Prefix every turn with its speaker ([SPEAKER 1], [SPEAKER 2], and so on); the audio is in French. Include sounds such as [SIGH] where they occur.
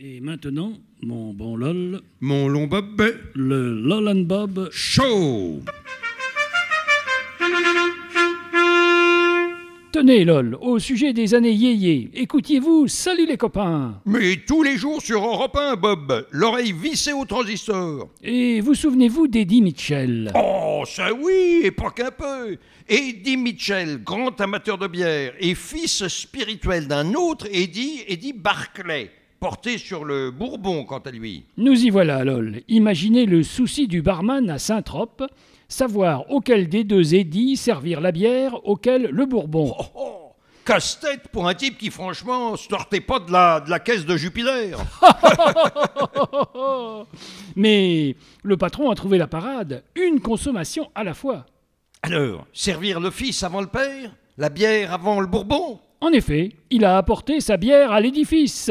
[SPEAKER 1] Et maintenant, mon bon LOL,
[SPEAKER 2] Mon long bob
[SPEAKER 1] le LOL and Bob.
[SPEAKER 2] chaud.
[SPEAKER 1] Tenez, LOL, au sujet des années yéyé, écoutiez-vous, salut les copains
[SPEAKER 2] Mais tous les jours sur Europe 1, Bob, l'oreille vissée au transistor.
[SPEAKER 1] Et vous souvenez-vous d'Eddie Mitchell
[SPEAKER 2] Oh, ça oui, et pas qu'un peu. Eddie Mitchell, grand amateur de bière et fils spirituel d'un autre Eddie, Eddie Barclay, porté sur le Bourbon quant à lui.
[SPEAKER 1] Nous y voilà, LOL. Imaginez le souci du barman à Saint-Trope, savoir auquel des deux Eddie servir la bière, auquel le Bourbon.
[SPEAKER 2] Oh, oh, casse-tête pour un type qui, franchement, se sortait pas de la, de la caisse de [LAUGHS] Jupiter.
[SPEAKER 1] Mais le patron a trouvé la parade, une consommation à la fois.
[SPEAKER 2] Alors, servir le fils avant le père La bière avant le Bourbon
[SPEAKER 1] [LAUGHS] En effet, il a apporté sa bière à l'édifice.